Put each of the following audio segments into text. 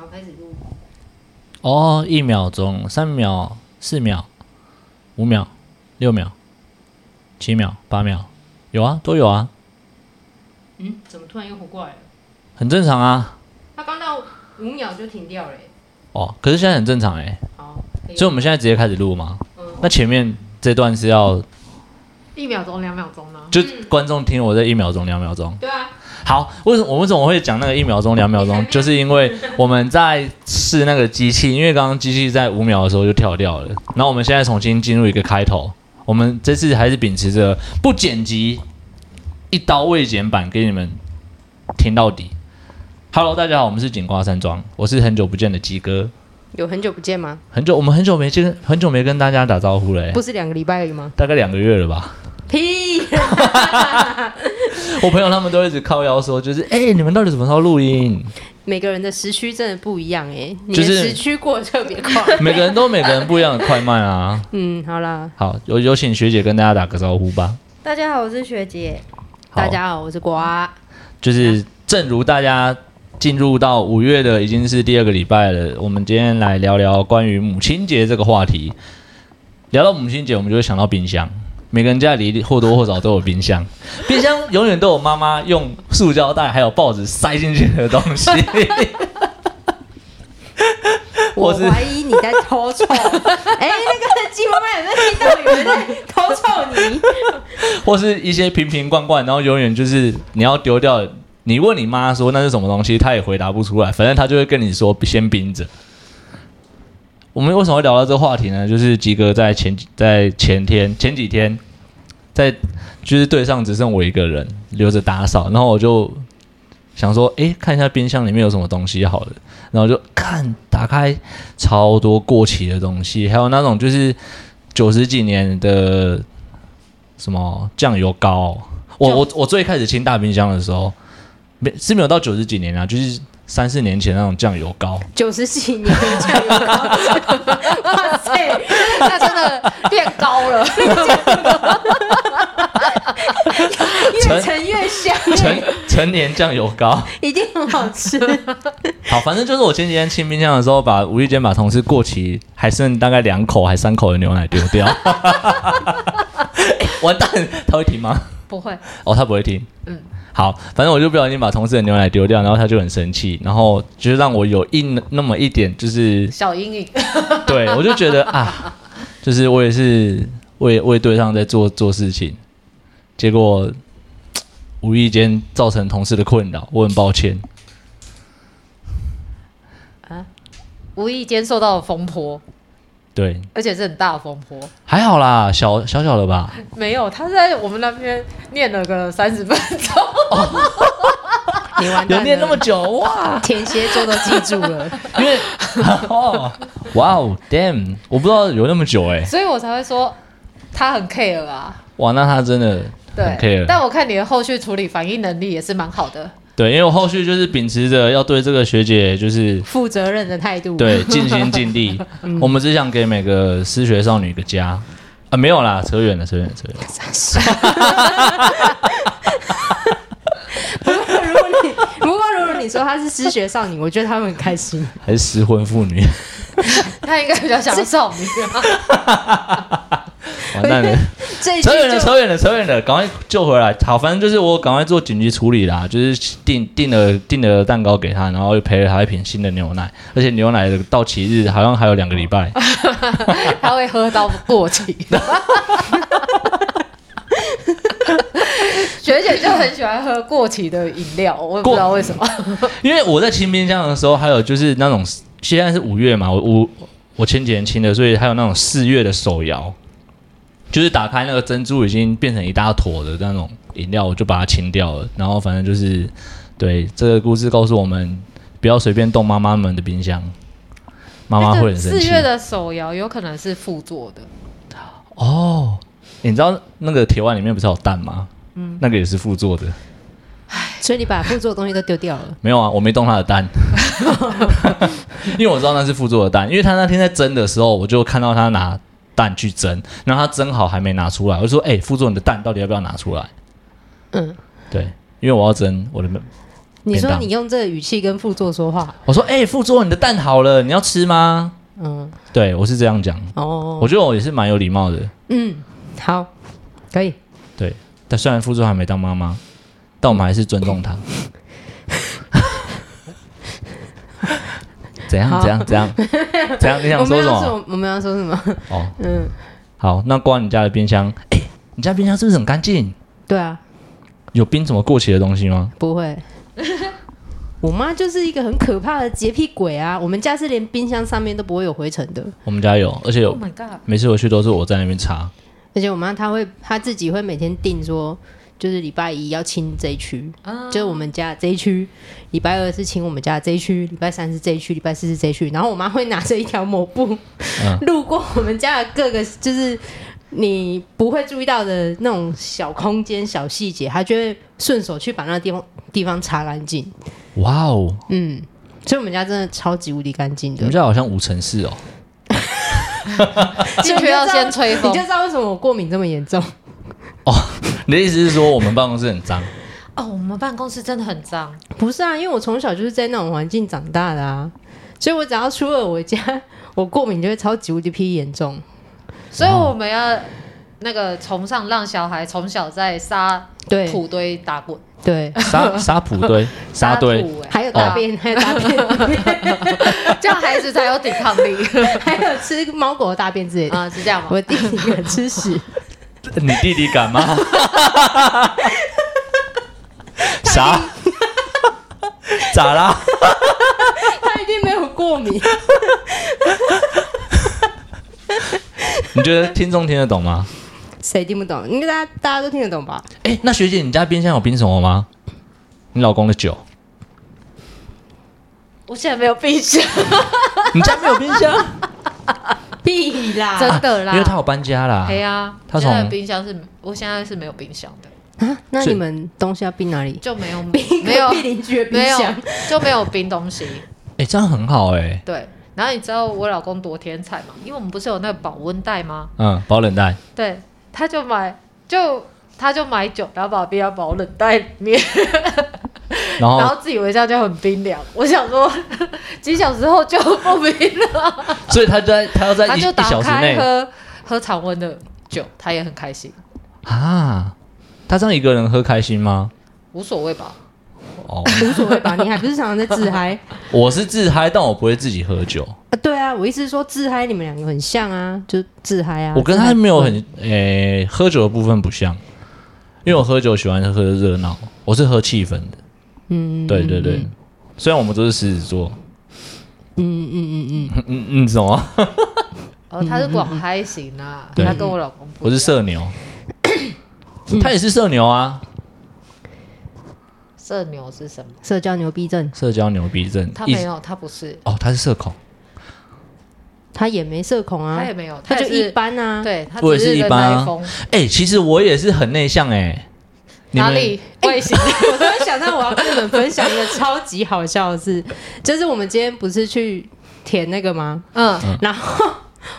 后开始录。哦，一秒钟、三秒、四秒、五秒、六秒、七秒、八秒，有啊，都有啊，嗯，怎么突然又活过来了？很正常啊。他刚到五秒就停掉了欸、哦，可是现在很正常哎、哦好，可以所以我们现在直接开始录吗？嗯那前面这段是要一秒钟、两秒钟吗？就观众听我这一秒钟、两秒钟。对啊，好，为什么我为什么会讲那个一秒钟、两秒钟？就是因为我们在试那个机器，因为刚刚机器在五秒的时候就跳掉了，然后我们现在重新进入一个开头。我们这次还是秉持着不剪辑、一刀未剪版给你们听到底。Hello，大家好，我们是景瓜山庄，我是很久不见的鸡哥，有很久不见吗？很久我们很久没见，很久没跟大家打招呼了、欸，不是两个礼拜而已吗？大概两个月了吧。屁！我朋友他们都一直靠腰说，就是哎、欸你们到底什么时候录音？ 每个人的时区真的不一样哎、你就的是时区过得特别 快。每个人都有每个人不一样的快慢啊。嗯，好啦，好，有有请学姐跟大家打个招呼吧。大家好，我是学姐。好大家好，我是瓜。就是正如大家进入到五月的已经是第二个礼拜了，我们今天来聊聊关于母亲节这个话题。聊到母亲节，我们就会想到冰箱。每个人家里或多或少都有冰箱，冰箱永远都有妈妈用塑胶袋还有报纸塞进去的东西。我我是怀疑你在偷 臭，哎、那个鸡妈妈有没有听到有人在偷臭你？ 或是一些瓶瓶罐罐，然后永远就是你要丢掉。你问你妈说那是什么东西，她也回答不出来，反正她就会跟你说先冰着。我们为什么会聊到这个话题呢？就是吉哥在前在前天前几天，在就是队上只剩我一个人留着打扫，然后我就想说，诶，看一下冰箱里面有什么东西好了，然后就看打开超多过期的东西，还有那种就是九十几年的什么酱油膏。我我我最开始清大冰箱的时候，没是没有到九十几年啊，就是三四年前那种酱油膏。九十几年的酱油膏，哇塞，那真的变高 了，越沉越香，成成年酱油膏，一定很好吃。 好，反正就是我前几天清冰箱的时候，把无意间把同事过期还剩大概两口还三口的牛奶丢掉、欸完蛋，他会听吗？不会，哦，他不会听。嗯，好，反正我就不小心把同事的牛奶丢掉，然后他就很生气，然后就是让我有一那么一点，就是小阴影。对我就觉得啊，就是我也是为为对上在做做事情，结果无意间造成同事的困扰，我很抱歉。 无意间受到了风波，对，而且是很大的风波。还好啦，小小小的吧。没有，他在我们那边念了个三十分 钟，你完有蛋练那么了，久哇？ 天蝎座都记住了，因为哦，哇哦，damn，我不知道有那么久哎、所以我才会说他很 care 啊。哇，那他真的很对 care，。但我看你的后续处理反应能力也是蛮好的，对，因为我后续就是秉持着要对这个学姐就是负责任的态度。 对，尽心尽力。嗯我们只想给每个失学少女一个家啊，没有啦，扯远了，扯远了，扯远了。如果你不过如果你说她是失学少女，我觉得他们很开心。还是失婚妇 女，他应该比较享受你。 完蛋了，这一句 扯远了，就扯远了，扯远了，赶快救回来。好，反正就是我赶快做紧急处理啦，就是订订了订了蛋糕给他，然后又赔了他一瓶新的牛奶，而且牛奶的到期日好像还有两个礼拜。他会喝到 过期。学姐就很喜欢喝过期的饮料，我也不知道为什么。因为我在清冰箱的时候，还有就是那种现在是五月嘛，我我我前几年清的，所以还有那种四月的手摇，就是打开那个珍珠已经变成一大坨的那种饮料，我就把它清掉了。然后反正就是对这个故事告诉我们，不要随便动妈妈们的冰箱，妈妈啊会很生四气。月的手摇有可能是副作的，哦，你知道那个铁碗里面不是有蛋吗？嗯，那个也是副作的。所以你把副作的东西都丢掉了。没有啊，我没动他的蛋， 因为我知道那是副作的蛋，因为他那天在蒸的时候，我就看到他拿蛋去蒸，然后他蒸好还没拿出来，我就说：“哎、副作你的蛋到底要不要拿出来嗯，？”对，因为我要蒸我的你便说当你用这个语气跟副座说话，我说：“哎、副桌，你的蛋好了，你要吃吗嗯，？”对我是这样讲，哦，我觉得我也是蛮有礼貌的。嗯，好，可以，对，但虽然副桌还没当妈妈，但我们还是尊重她。 怎样？好怎样？怎样？怎样？你想我说们什要么？说我们要说什么？哦，嗯，好，那关于你家的冰箱，哎、你家冰箱是不是很干净？对啊，有冰什么过期的东西吗？不会。我妈就是一个很可怕的洁癖鬼啊！我们家是连冰箱上面都不会有灰尘的，我们家有，而且有 Oh，my god！每次回去都是我在那边擦。而且我妈她会她自己会每天定说，就是礼拜一要清这一区，啊就是我们家这一区，礼拜二是清我们家这一区，礼拜三是这一区，礼拜四是这一区。然后我妈会拿着一条抹布，嗯 路过我们家的各个，就是你不会注意到的那种小空间、小细节，她就会顺手去把那个地方地方擦干净。哇哦，嗯，所以我们家真的超级无敌干净你的们。家好像五城市哦。进去要先吹你风就。知道为什么我过敏这么严 重。哦你的意思是说我们办公室很脏？哦，我们办公室真的很脏，不是啊，因为我从小就是在那种环境长大的啊，所以我只要出了我家，我过敏就会超级无敌批严重。所以我们要那个崇尚让小孩从小在沙对土堆打滚，对，沙沙土堆，沙堆。土欸还有大便，还有大便， 这样孩子才有抵抗力 还有吃猫狗的大便之类的。啊，是这样吗？我弟弟敢吃屎，你弟弟敢 吗？啥？ 咋啦？ 他一定没有过敏。你觉得听众听得懂吗？谁听不懂？应该大家大家都听得懂吧？哎、那学姐，你家冰箱有冰什么吗？你老公的酒？我现在没有冰箱，你家没有冰箱？ 屁啦！真的啦，啊因为他有搬家啦哎。呀，他现在的从冰箱是，我现在是没有冰箱的，啊，那所以你们东西要冰哪里？就没有冰没有隔壁邻居的冰没有箱。就没有冰东西，哎、这样很好哎、对。然后你知道我老公多天才吗？因为我们不是有那个保温袋吗？嗯，保冷袋。对，他就买就他就买酒，然后把冰箱保冷袋里面，然然后，后自以为这样就很冰凉。我想说 几小时后就不冰了， 所以他就在他要在他呃一就一打小时开内喝喝常温的酒，他也很开心，啊。他这样一个人喝开心吗？无所谓吧？哦，无所谓 吧，你还不是常常在自嗨我是自嗨，但我不会自己喝酒。啊？对啊，我意思是说自嗨，你们两个很像啊，就自嗨啊。我跟自嗨他没有嗯很诶、喝酒的部分不像，因为我喝酒喜欢喝热闹，我是喝气氛的。嗯，对对对，虽然我们都是狮子座，嗯嗯嗯嗯，嗯嗯嗯，什么？哦，他是广嗨型啊，嗯对他跟我老公不我一是样社牛，嗯他也是社牛啊，社牛是什么？社交牛逼症，社交牛逼症。他一没有，他不是，哦，他是社恐，他也没社恐啊，他也没有，他也就是一般啊。对他我也只是一人般来啊疯，哎、其实我也是很内向哎、你哪们哎里 外形？我突然想到，我要跟你们分享一个超级好笑的事，就是我们今天不是去填那个吗？嗯，然后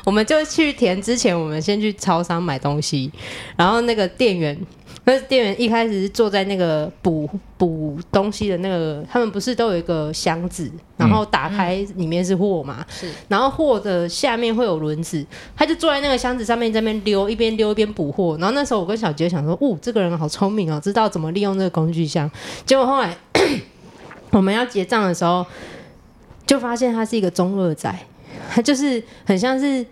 我们就去填之前，我们先去超商买东西，然后那个店员， 那店员一开始是坐在那个补补东西的那个，他们不是都有一个箱子，然后打开里面是货嘛，是然后货的下面会有轮子，他就坐在那个箱子上面在那边溜，一边溜一边补货。然后那时候我跟小杰想说，哦，这个人好聪明哦，知道怎么利用这个工具箱。结果后来 我们要结账的时候，就发现他是一个中二仔，他就是很像是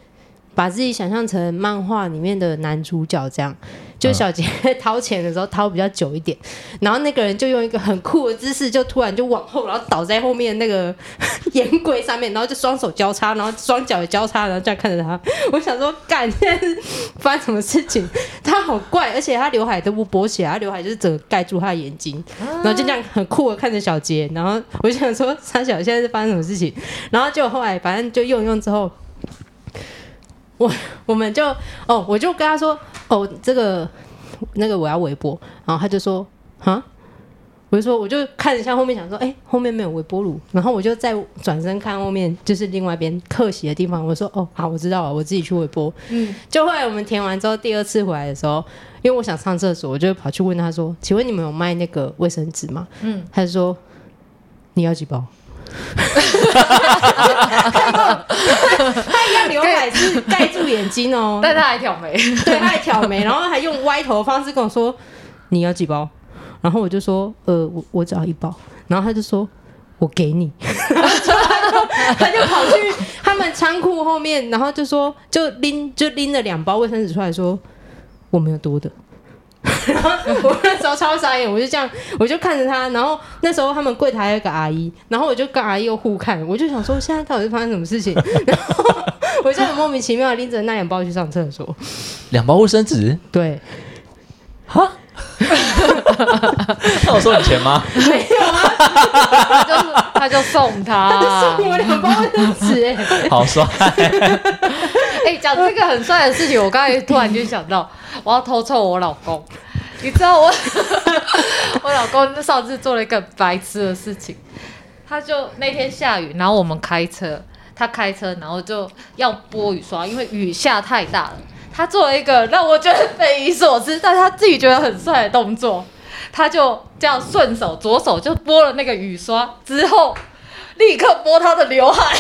把自己想象成漫画里面的男主角这样。就小杰 掏钱的时候掏比较久一点，然后那个人就用一个很酷的姿势，就突然就往后，然后倒在后面那个 烟柜上面，然后就双手交叉，然后双脚也交叉，然后这样看着他。我想说，干，现在是发生什么事情？他好怪，而且他刘海都不拨起来，他刘海就是整个盖住他的眼睛，然后就这样很酷的看着小杰。然后我就想说，傻小现在是发生什么事情？然后就后来反正就用一用之后，我 我们就哦，我就跟他说，哦，这个那个我要微波，然后他就说，啊。我就说，我就看一下后面，想说，哎、后面没有微波炉，然后我就再转身看后面，就是另外一边客席的地方。我说，哦，好，我知道了，我自己去微波。嗯，就后来我们填完之后，第二次回来的时候，因为我想上厕所，我就跑去问他说，请问你们有卖那个卫生纸吗？嗯，他就说你要几 包？ 他一样刘海是是盖住眼睛哦但他还挑眉， 对，他还挑眉，然后还用歪头的方式跟我说你要几包，然后我就说呃，我我只要一包，然后他就说我给你，然后他就他就跑去他们仓库后面，然后就说就拎就拎了两包卫生纸出来说我没有多的。 然后我那时候超傻眼，我就这样，我就看着他。然后那时候他们柜台有个阿姨，然后我就跟阿姨又互看，我就想说现在到底是发生什么事情。 然后我就很莫名其妙地拎着那两包去上厕所。两包卫生纸， 对，哈，他有收你钱吗？他就他啊就送他。我两包卫生纸、欸，好帅， 哎，讲这个很帅的事情，我刚才突然就想到，我要偷臭我老公。你知道我， 我老公上次做了一个白痴的事情，他就那天下雨，然后我们开车，他开车，然后就要拨雨刷，因为雨下太大了。他做了一个让我觉得匪夷所思，但他自己觉得很帅的动作，他就这样顺手左手就拨了那个雨刷，之后立刻拨他的刘海。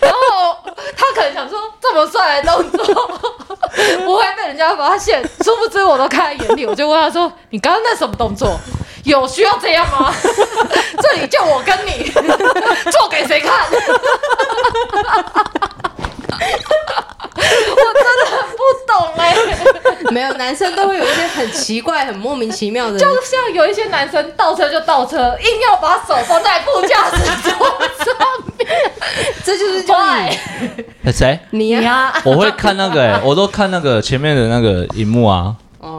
然后他可能想说，这么帅的动作 不会被人家发现，殊不知我都看在眼里。我就问他说：“你刚刚那什么动作？有需要这样吗？ 这里就我跟你，做给谁看？” 我真的很不懂哎、 没有男生都会有一些很奇怪、很莫名其妙的，就像有一些男生倒车就倒车，硬要把手放在副驾驶座上面，这就是就对，谁？你啊你呀、呀，我会看那个、欸，我都看那个前面的那个荧幕啊。哦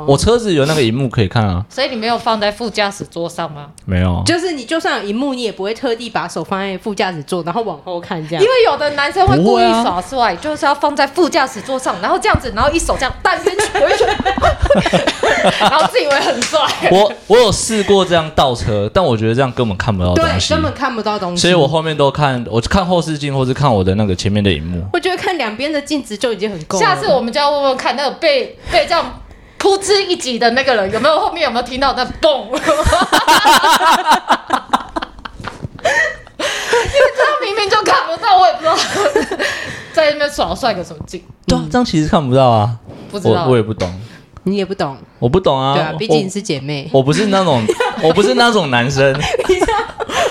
我车子有那个荧幕可以看啊， 所以你没有放在副驾驶桌上吗？没有啊？就是你就算有荧幕，你也不会特地把手放在副驾驶座，然后往后看这样因。为有的男生会不故会意啊耍帅，就是要放在副驾驶座上，然后这样子，然后一手这样单边去，我就觉得 然后自以为很帅。我我有试过这样倒车，但我觉得这样根本看不到东哦对，啊西根，本看不到东西。所以我后面都看，我看后视镜或是看我的那个前面的荧幕。我觉得看两边的镜子就已经很够了。下次我们就要问问看，那个被被这样噗嗤一击的那个人，有没有后面有没有听到那嘣？因为他明明就看不到，我也不知道在那边耍帅个什么劲，对啊，这样其实看不到啊，不知道我我。也不懂，你也不懂，我不懂啊。对啊，我毕竟你是姐妹。我不是那种，我不是那种男生。你知道，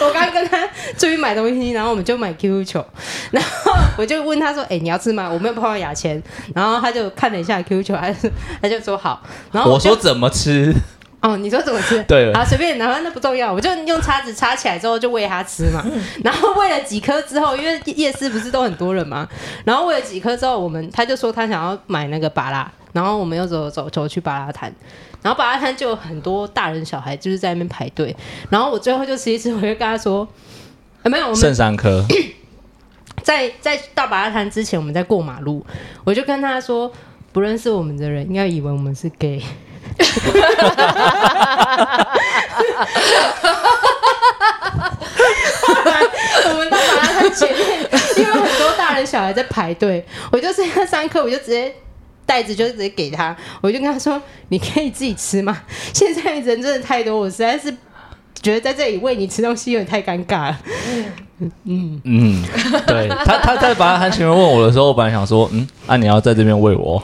我刚跟他出去买东西，然后我们就买 QQ 球， 然后我就问他说：“哎、你要吃吗？”我没有碰到牙签，然后他就看了一下 QQ 球，他就他就说好， 然后我就说怎么吃？哦，你说怎么吃？对好随便，然后那不重要，我就用叉子叉起来之后就喂它吃嘛。然后喂了几颗之后，因为夜市不是都很多人嘛，然后喂了几颗之后，我们他就说他想要买那个巴拉，然后我们又走走走去巴拉摊，然后巴拉摊就有很多大人小孩就是在那边排队，然后我最后就吃一吃，我就跟他说。啊、没有，我们剩 三颗，在在到巴拉滩之前，我们在过马路，我就跟他说，不认识我们的人应该以为我们是 gay。后来我们到巴拉滩前面，因为很多大人小孩在排队，我就剩下三颗，我就直接。袋子就直接给他，我就跟他说：“你可以自己吃吗？现在人真的太多，我实在是觉得在这里喂你吃东西有点太尴尬了。” 嗯，对他，他在把他含前面问我的时候，我本来想说，嗯，啊，你要在这边喂我，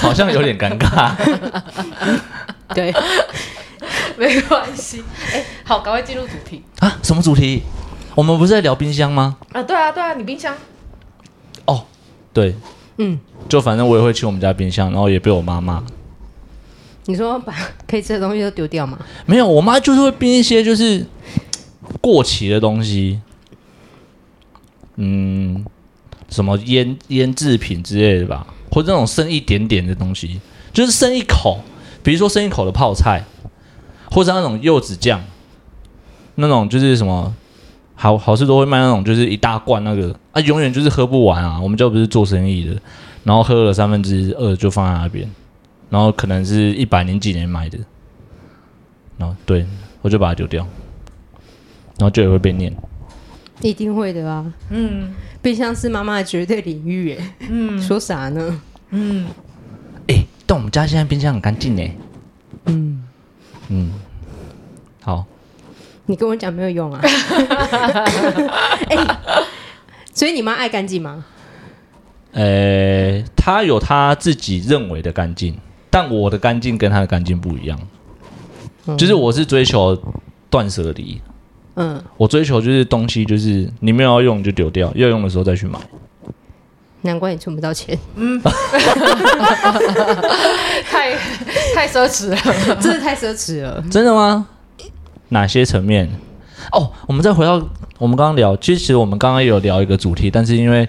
好像有点 尴尬。对，没关系，哎、好，赶快进入主题啊，什么主题？我们不是在聊冰箱吗？啊！对啊，对啊，你冰箱哦，对，嗯，就反正我也会去我们家冰箱，然后也被我妈骂。你说把可以吃的东西都丢掉吗？没有，我妈就是会冰一些就是嘖过期的东西，嗯，什么腌腌制品之类的吧，或者那种剩一点点的东西，就是剩一口，比如说剩一口的泡菜，或者那种柚子酱，那种就是什么。好好事都会卖那种，就是一大罐那个啊，永远就是喝不完啊。我们家不是做生意的，然后喝了三分之二就放在那边，然后可能是一百零几年买的，然后对我就把它丢掉，然后就也会被念。一定会的啊，嗯，冰箱是妈妈的绝对领域耶，嗯，说啥呢？哎、但我们家现在冰箱很干净呢。嗯嗯，你跟我讲没有 用啊。哎所以你妈爱干净吗？呃，他有他自己认为的干净，但我的干净跟他的干净不一样，就是我是追求断舍离，嗯，我追求就是东西就是你没有要用就丢掉，要用的时候再去买。难怪你存不到钱，太太奢侈了。真的太奢侈了。真的吗？哪些层面？哦，我们再回到我们刚刚聊，其实其实我们刚刚也有聊一个主题，但是因为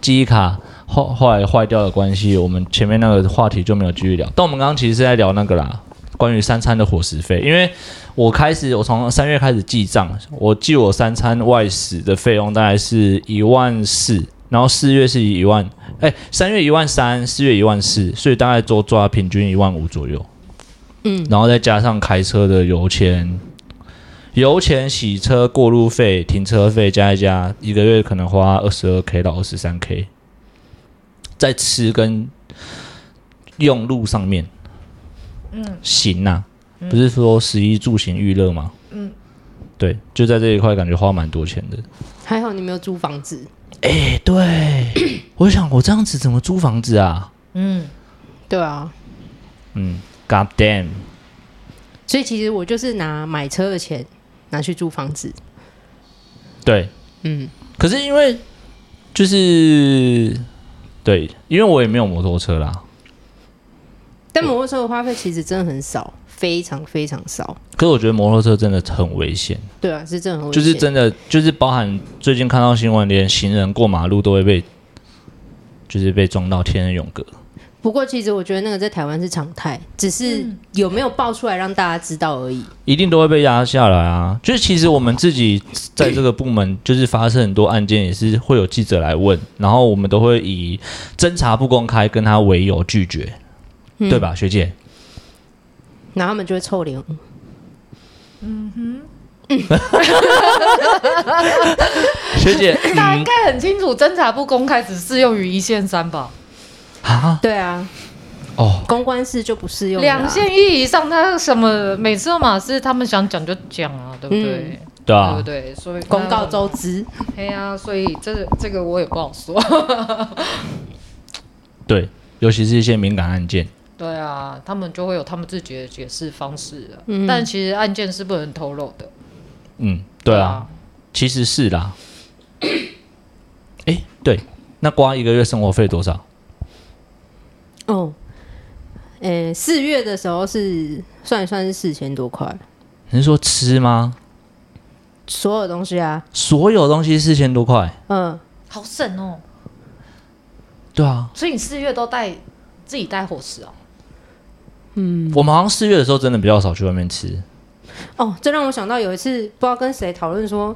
记忆卡后后来坏掉的关系，我们前面那个话题就没有继续聊。但我们刚刚其实是在聊那个啦，关于三餐的伙食费，因为我开始我从三月开始记账，我记我三餐外食的费用大概是一万四，然后四月是一万，哎，三月一万三，四月一万四，所以大概都抓平均一万五左右。然后再加上开车的油钱、油钱、洗车、过路费、停车费加一加，一个月可能花二十二 k 到二十三 k，在吃跟用路上面，嗯，行呐、不是说十一住行娱乐吗？嗯，对，就在这一块感觉花蛮多钱的。还好你没有租房子，哎、对，我想我这样子怎么租房子啊？对啊。嗯，God damn，所以其实我就是拿买车的钱拿去租房子，对，嗯，可是因为就是对，因为我也没有摩托车啦。但摩托车的花费其实真的很少，非常非常少。可是我觉得摩托车真的很危险，对啊，是真的很危就险是真的，就是包含最近看到新闻，连行人过马路都会被，就是被撞到天人永隔。不过其实我觉得那个在台湾是常态，只是有没有爆出来让大家知道而已。一定都会被压下来啊！就是其实我们自己在这个部门，就是发生很多案件，也是会有记者来问，然后我们都会以侦查不公开跟他为由拒绝，嗯对吧，学姐？然后他们就会臭脸。嗯学姐， 大家应嗯该很清楚，侦查不公开只适用于一线三吧，啊，对啊，哦，公关室就不适用啊啦两线一以上，他什么每次都嘛是他们想讲就讲啊，对不对？对对不啊，对？所以嗯公告，周知，哎呀、所以这这个我也不好说。 对，尤其是一些敏感案件，对啊，他们就会有他们自己的解释方式了。嗯但其实案件是不能透露的。嗯，对啊，，其实是啦。 哎，对，那瓜一个月生活费多少？哦，呃，四月的时候是算一算是四千多块，你是说吃吗？所有东西啊，所有东西四千多块，嗯，好省哦。对啊，所以你四月都带自己带伙食哦。我们好像四月的时候真的比较少去外面吃，哦，这让我想到有一次不知道跟谁讨论说，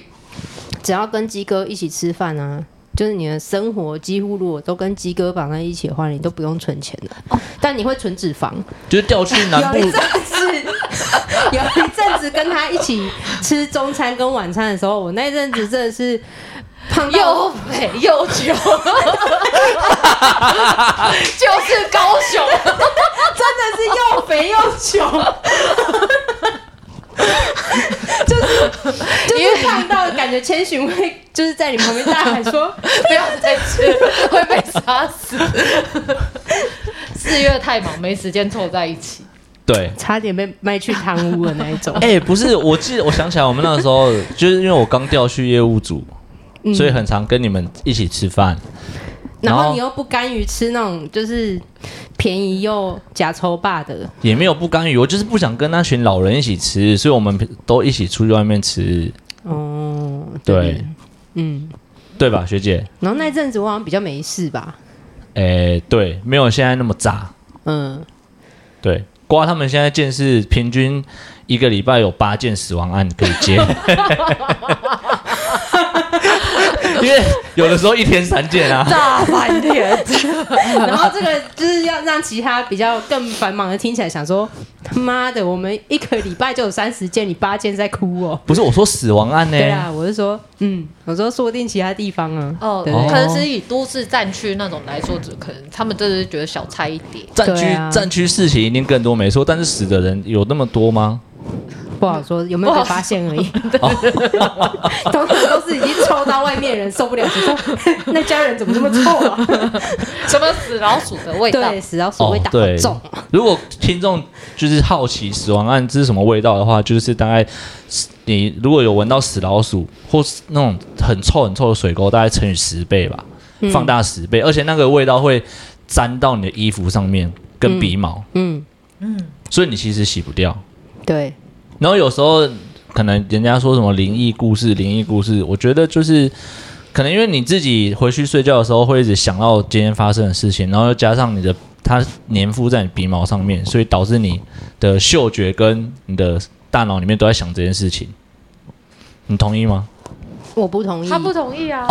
只要跟鸡哥一起吃饭啊。就是你的生活几乎如果都跟鸡哥绑在一起的话，你都不用存钱了，但你会存脂肪。就是调去南部有一阵子，有一阵子跟他一起吃中餐跟晚餐的时候，我那一阵子真的是胖到又肥又久， 就是高 雄。真的是又肥又穷。就是就是胖到感觉千寻会就是在你旁边大喊说，不要再吃， 会被杀死。四月太忙，没时间凑在一 起。对。 差点被卖去贪污的那一 种。哎、不是，我记得，我想起来，我们那时候就是因为我刚调去业务组，所以很常跟你们一起吃饭。然然后后你又不甘于吃那种就是便宜又假抽霸的，也没有不干预，我就是不想跟那群老人一起吃，所以我们都一起出去外面吃。哦，对，嗯。对吧，学姐？然后那阵子我好像比较没事吧，诶，对，没有现在那么炸。嗯，对，瓜他们现在件事平均一个礼拜有八件死亡案可以 接，因为有的时候一天三件 啊。大翻天，然后这个就是要让其他比较更繁忙的听起来想说，他妈的，我们一个礼拜就有三十件，你八件在哭哦。不是我说死亡案呢、对啊，我是说，嗯，我说说不定其他地方啊， 哦，对哦可能是以都市战区那种来说，只可能他们真的是觉得小菜一碟。战对区、啊战区事情一定更多没错，但是死的人有那么多吗？不好说有没有被发现 而已。哦 通常都是已经抽到外面人受不了，就说 那家人怎么这么臭啊？什么死老鼠的味道？对，死老 鼠味道好哦对重。如果听众就是好奇死亡案这是什么味道的话，就是大概你如果有闻到死老鼠或是那种很臭很臭的水沟，大概乘以十倍吧，放大十倍，而且那个味道会沾到你的衣服上面跟鼻毛，嗯，所以你其实洗不掉。对，然后有时候可能人家说什么灵异故事，灵异故事，我觉得就是可能因为你自己回去睡觉的时候会一直想到今天发生的事情，然后又加上你的它粘附在你鼻毛上面，所以导致你的嗅觉跟你的大脑里面都在想这件事情。你同意吗？我不同意。他不同意啊，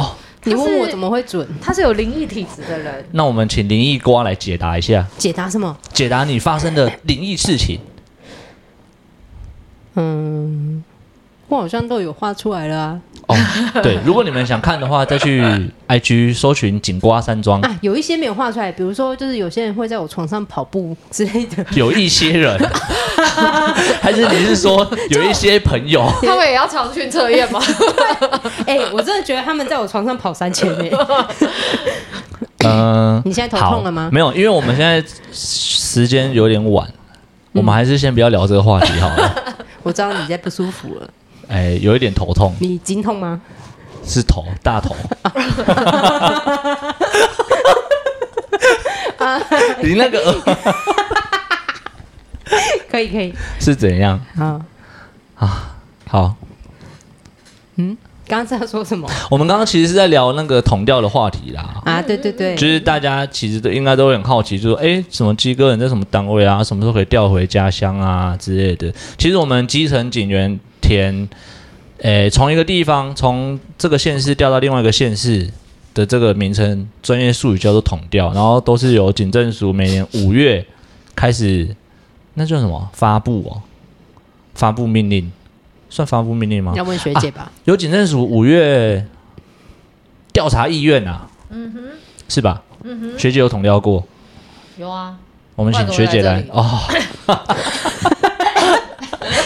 你问他我是怎么会准？他是有灵异体质的人。 那我们请灵异瓜来解答一下，解答什么？解答你发生的灵异事情。嗯，我好像都有画出来了啊。 哦，对，如果你们想看的话，再去 IG 搜寻“井瓜山庄啊，有一些没有画出来，比如说就是有些人会在我床上跑步之类的，”， 有一些人，还是你是 说有一些朋友？他们也要长训测验吗？ 哎、我真的觉得他们在我床上跑三千呢、 嗯，你现在头痛了吗嗯好没有，因为我们现在时间有点晚，我们还是先不要聊这个话题好 了。我知道你在不舒服了，哎，有一点头痛，你经痛吗？是头 大头。你那个呃可以可以，是怎样？好，好，刚刚是要说什么我们刚刚其实是在聊那个统调的话题啦。啊？对对对，就是大家其实都应该都会很好奇，就说哎，诶什么鸡哥你在什么单位啊？什么时候可以调回家乡啊之类的？其实我们基层警员填，诶，从一个地方从这个县市调到另外一个县市的这个名称，专业术语叫做统调，然后都是由警政署每年五月开始，那叫什么发布哦，发布命令，算发布命令吗要？问学姐吧。由警政署五月调查意愿啊，是吧？学姐有统调过，有啊，我们请学姐来不然怎哦。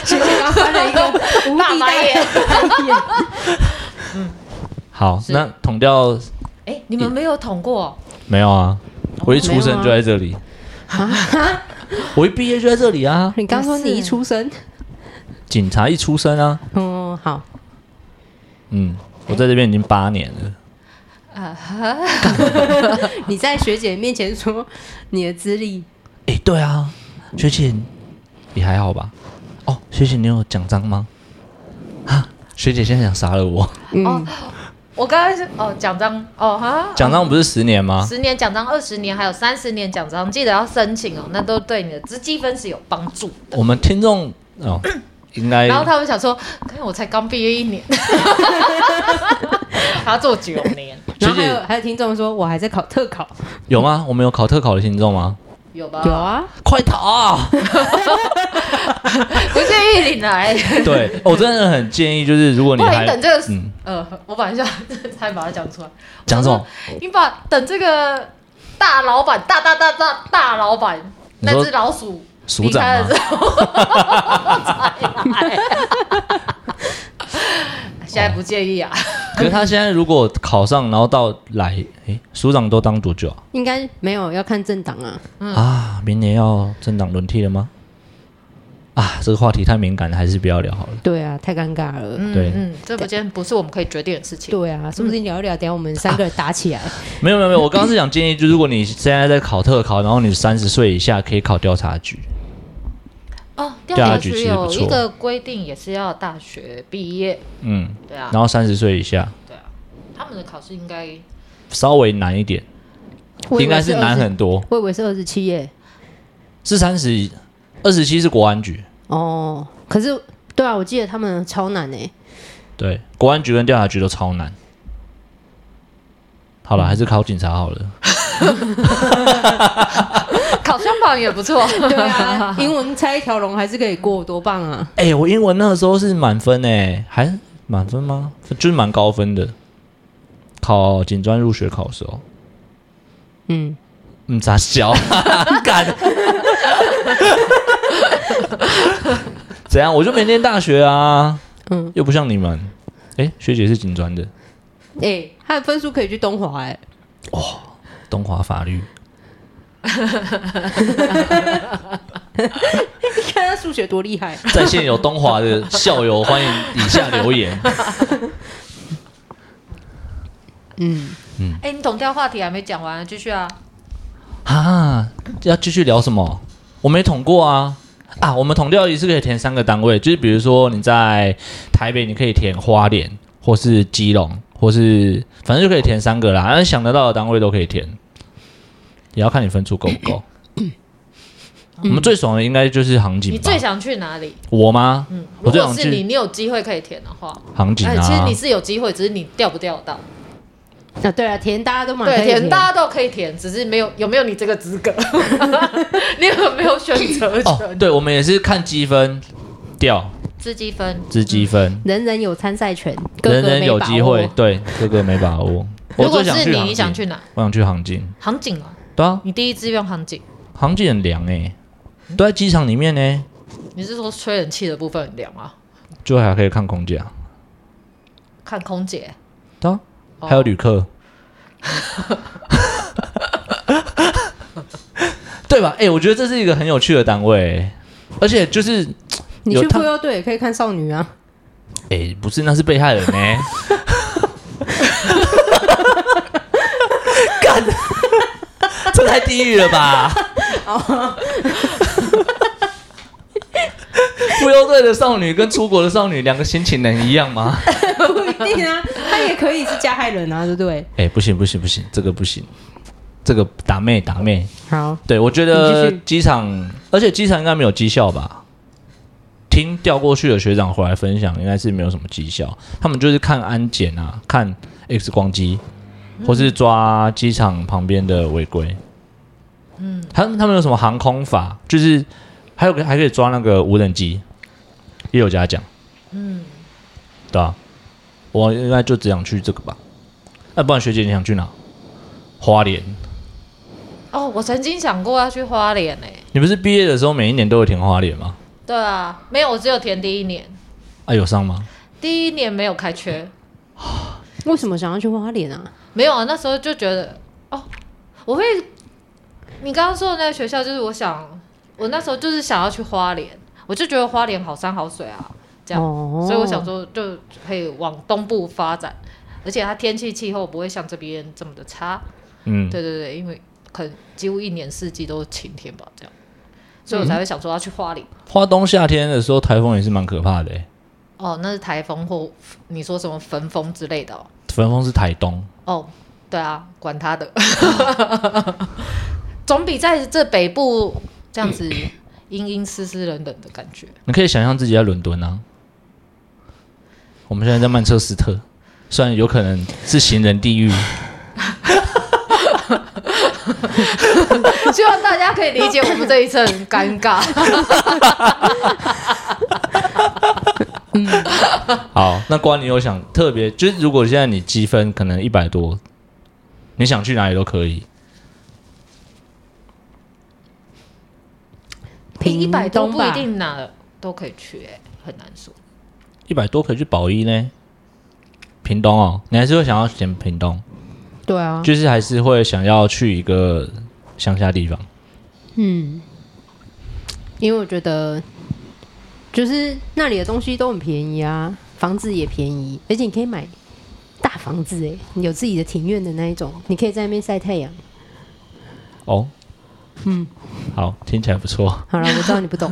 学姐刚翻了一啊个无大敌白的，眼。好，那统调哎，你们没有捅过？没有啊？我一出生就在这里，我一毕业就在这里啊！ 你刚说你一出生，警察一出生啊，哦，好，嗯，我在这边已经八年了。你在学姐面前说你的资历，诶，对啊，学姐你还好吧？哦，学姐你有奖章吗？啊，学姐现在想杀了我，嗯哦，我刚刚是哦奖章哦哈，奖章不是十年吗？十年奖章、二十年还有三十年奖章，记得要申请哦，那都对你的资积分是有帮助。我们听众哦，应该然后他们想说，看我才刚毕业一 年，他做九年，然后学还有姐还有听众说我还在考特考，有吗？我们有考特考的听众吗？有吧？有，啊，快逃啊！不建议 你来。对，哦我真的很建议，就是如果你不然还你等这个，嗯呃，我本来想 才把它讲出来，讲什么，你把等这个大老板、大大大大大老板你说那只老鼠署离长开吗了之？后，才 来。现在不介意啊，可是他现在如果考上，然后到来，诶，署长都当多久啊？应该没有要看政党啊，啊，明年要政党轮替了吗？啊，这个话题太敏感了，还是不要聊好了。对啊，太尴尬了。嗯对嗯，这不件不是我们可以决定的事情。对啊，说不定聊一聊，等一下我们三个人打起来。没有没有没有，我刚刚是想建议，就如果你现在在考特考，然后你三十岁以下可以考调查局，哦，调调查查局局其实不有错一个规定，也是要大学毕业，嗯，对啊然，后三十岁以下对啊，他们的考试应该稍微难一点， 我以为应该是难20很多，我以为是二十七耶。是三十二十七是国安局，哦，可是对啊，我记得他们超难哎。对，国安局跟调查局都超难。好了，还是考警察好了。考上榜也不错。 对 啊，英文猜一条龙还是可以过，多棒啊！哎、我英文那个时候是满分哎、还满分吗？就是蛮高分的。考警专入学考的时候，嗯，嗯， 咋笑？敢？怎样？我就没念大学啊，嗯又不像你们。哎，学姐是警专的，哎、他的分数可以去东华哎、东华法律。你 看他数学多厉害。在线有东华的校友，欢迎以下留言。嗯，哎、你统调话题还没讲完，继续啊。啊，要继续聊什么？我没统过啊啊！我们统调一次可以填三个单位，就是比如说你在台北，你可以填花莲，或是基隆，或是反正就可以填三个啦，那想得到的单位都可以填，也要看你分数够 不够。我们最爽的应该就是航警你吧？最想去哪里？我吗？我如最果想是你，去你有机会可以填的话，航警哎、啊。其实你是有机会，只是你调不调得到。啊对啊，填大家都蛮可对，以填大家都可以填，只是没有有没有你这个资 格，你有没有选择哦，权？对，我们也是看积分掉自积分，之积嗯分，人人有参赛权，哥哥人人没有把机握会，对，哥哥没把 握。我如果最想是去你，航你想警去哪？我想去航警，航警啊，对啊，你第一志愿航警，航警很凉哎、都在机场里面呢、欸你是说吹冷气的部分很凉啊？就还可以看空姐啊，看空姐，对啊，哦还有旅客，对吧？哎、我觉得这是一个很有趣的单位欸、而且就是你有去他妇幼队也可以看少女啊。 哎、不是，那是被害人呢、欸。干，这太地狱了吧！ 妇幼队的少女跟出国的少女两个心情能一样吗？不一定啊，他也可以是加害人啊，对不对？哎、不行不行不行，这个不行，这个打妹打妹。好，对，我觉你继得续机场，而且机场应该没有绩效吧？听调过去的学长回来分享，应该是没有什么绩效。他们就是看安检啊，看 X 光机，或是抓机场旁边的违规。嗯，他们他们有什么航空法？就是还有个还可以抓那个无人机，也有嘉奖。嗯，对啊，我应该就只想去这个吧。那不然学姐你想去哪？花莲。哦，我曾经想过要去花莲诶、你不是毕业的时候每一年都有填花莲吗？对啊，没有，我只有填第一年，啊，有上吗？第一年没有开缺，为什么想要去花莲啊？没有啊，那时候就觉得哦，我会，你刚刚说的那个学校就是我想，我那时候就是想要去花莲，我就觉得花莲好山好水啊，这样，哦所以我想说就可以往东部发展，而且它天气气候不会像这边这么的差，嗯，对对对，因为可能几乎一年四季都晴天吧，这样，所以我才会想说要去花莲。花东夏天的时候台风也是蛮可怕的、欸，哦，那是台风或你说什么焚风之类的哦。台风是台东，哦，对啊，管 他的，总比在这北部这 样子阴阴湿湿冷冷的感觉。你可以想象自己在伦敦啊。我们现在在曼彻斯特，虽然有可能是行人地狱，希望大家可以理解我们这一次很 尴尬。好，那关你有想特别，就是如果现在你积分可能一百多，你想去哪里都可以。屏一百多东不吧一定哪都可以去、欸，很难说。一百多可以去保一呢，屏东哦，你还是会想要选屏东，对啊，就是还是会想要去一个乡下地方。嗯，因为我觉得就是那里的东西都很便宜啊，房子也便宜，而且你可以买大房子哎、你有自己的庭院的那一种，你可以在那边晒太阳。哦，嗯，好，听起来不错。好了，我知道你不 懂。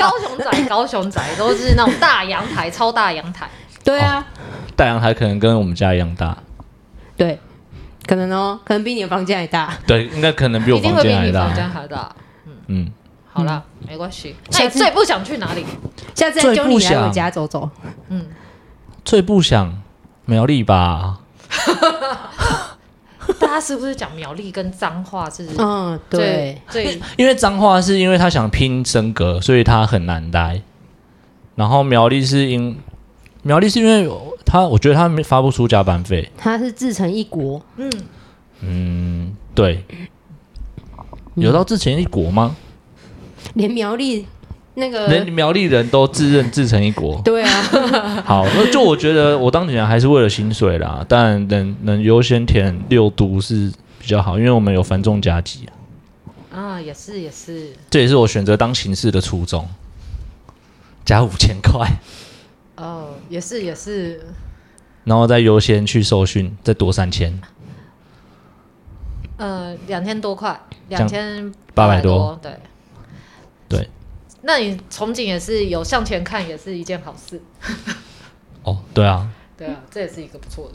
高雄仔，高雄仔都是那种大阳台，超大阳 台。对啊，大阳台可能跟我们家一样大，对，可能哦，可能比你的房间还大。对，应该可能比我一定房会比间还你房间大。还大。嗯，好啦，没关系。那你下次最不想去 哪里？下次再最揪不你来想我家走走。最不想苗栗吧，大家是不是讲苗栗跟彰化是嗯，对，最最因为彰化是因为他想拼升格，所以他很难待。然后苗栗是因苗栗是因为他，我觉得他没发不出加班费。它是自成一国。嗯嗯，嗯对，有到之前一国吗？连苗栗那个。呃人苗栗人都自认自成一国对啊， 好，那就我觉得我当警察还是为了薪水啦，但能能优先填六都是比较好，因为我们有繁重加急啊、啊，也是也是，这也是我选择当刑事的初衷。加五千块，哦，也是也是，然后再优先去受训，再多三千。呃，两千多块，这样两千800多多，对对。那你憧憬也是有向前看，也是一件好事，哦，对啊，对啊，这也是一个不错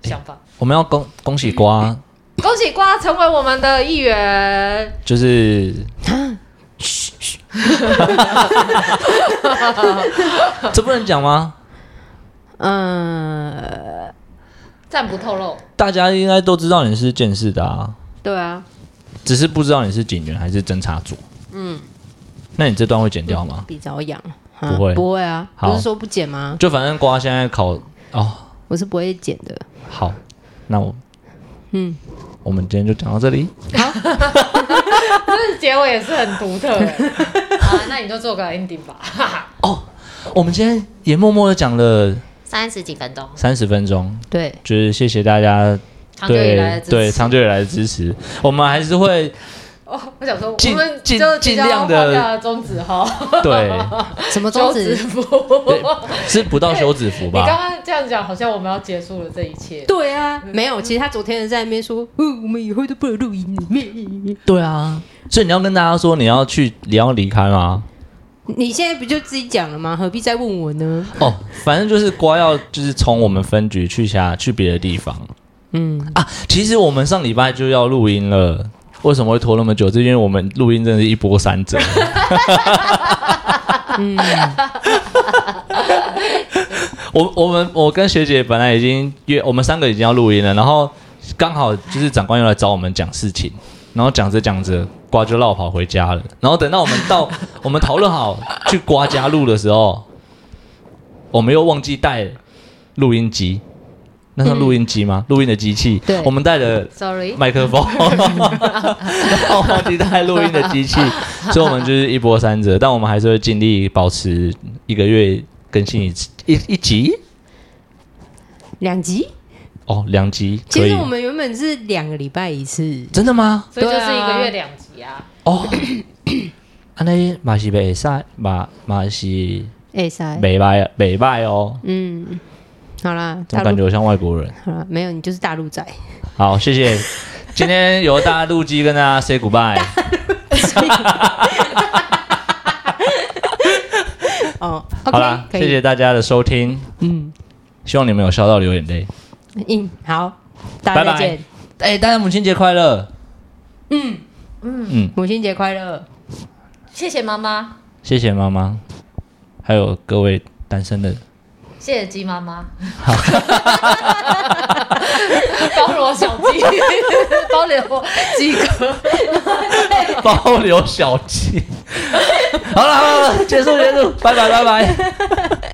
的想法。我们要恭恭喜瓜，恭喜瓜成为我们的一员，就是 这不能讲吗？嗯，暂不透露。大家应该都知道你是见识的啊，对啊，只是不知道你是警员还是侦查组。嗯，那你这段会剪掉吗？比较痒，不会不会啊，好不是说不剪吗？就反正瓜现在考哦，我是不会剪的。好，那我嗯，我们今天就讲到这里。这结尾也是很独 特欸。好啊，那你就做个 ending 吧。哦我们今天也默默的讲了三十几分钟，三十分钟，对，就是谢谢大家长久以来对的支对持。长久以来的支持，我们还是 会哦，我想说，尽我们尽就尽量地的终止 哈，对什么宗终旨 止？符。对是不到休止符你刚吧？刚这样讲，好像我们要结束了这一切。对啊，没有。其实他昨天在那边说，嗯，我们以后都不能录音里面。对啊，所以你要跟大家说你要去，你要离开吗？你现在不就自己讲了吗？何必再问我呢？哦，反正就是瓜要就是从我们分局去下去别的地方。嗯，啊，其实我们上礼拜就要录音了，为什么会拖那么久？是因为我们录音真的是一波三折。我我们我跟学姐本来已经约，我们三个已经要录音了，然后刚好就是长官又来找我们讲事情，然后讲着讲着，瓜就绕跑回家了。然后等到我们到 我们讨论好去瓜家录的时候，我们又忘记带录音机，那是录音机吗？录音的机器，对我们带了 Sorry，麦克风，然后忘记带录音的 机器，所以我们就是一波三折，但我们还是会尽力保持一个月更新一次一一集两集。哦，两集其可以实。我们原本是两个礼拜一次。真的吗？所以就是对一啊个月两集啊。 哦，啊安尼嘛是袂使，嘛嘛是哎塞，袂歹袂歹哦，嗯，好啦，怎大么感觉陆我像外国人？好啦，没有，你就是大陆 仔。好，谢谢。今天由大陆机跟大家 say goodbye。哦好啦，OK，可谢谢以，大家的收听，嗯，希望你们有笑到流眼泪。嗯，好，大家拜再拜见，哎、大家母亲节快乐！母亲节快 乐。谢谢妈妈，谢谢妈妈，还有各位单身的， 谢谢鸡妈妈。 包罗小鸡， 包罗鸡哥。包留小鸡。好了好了，结束结束，拜拜拜拜。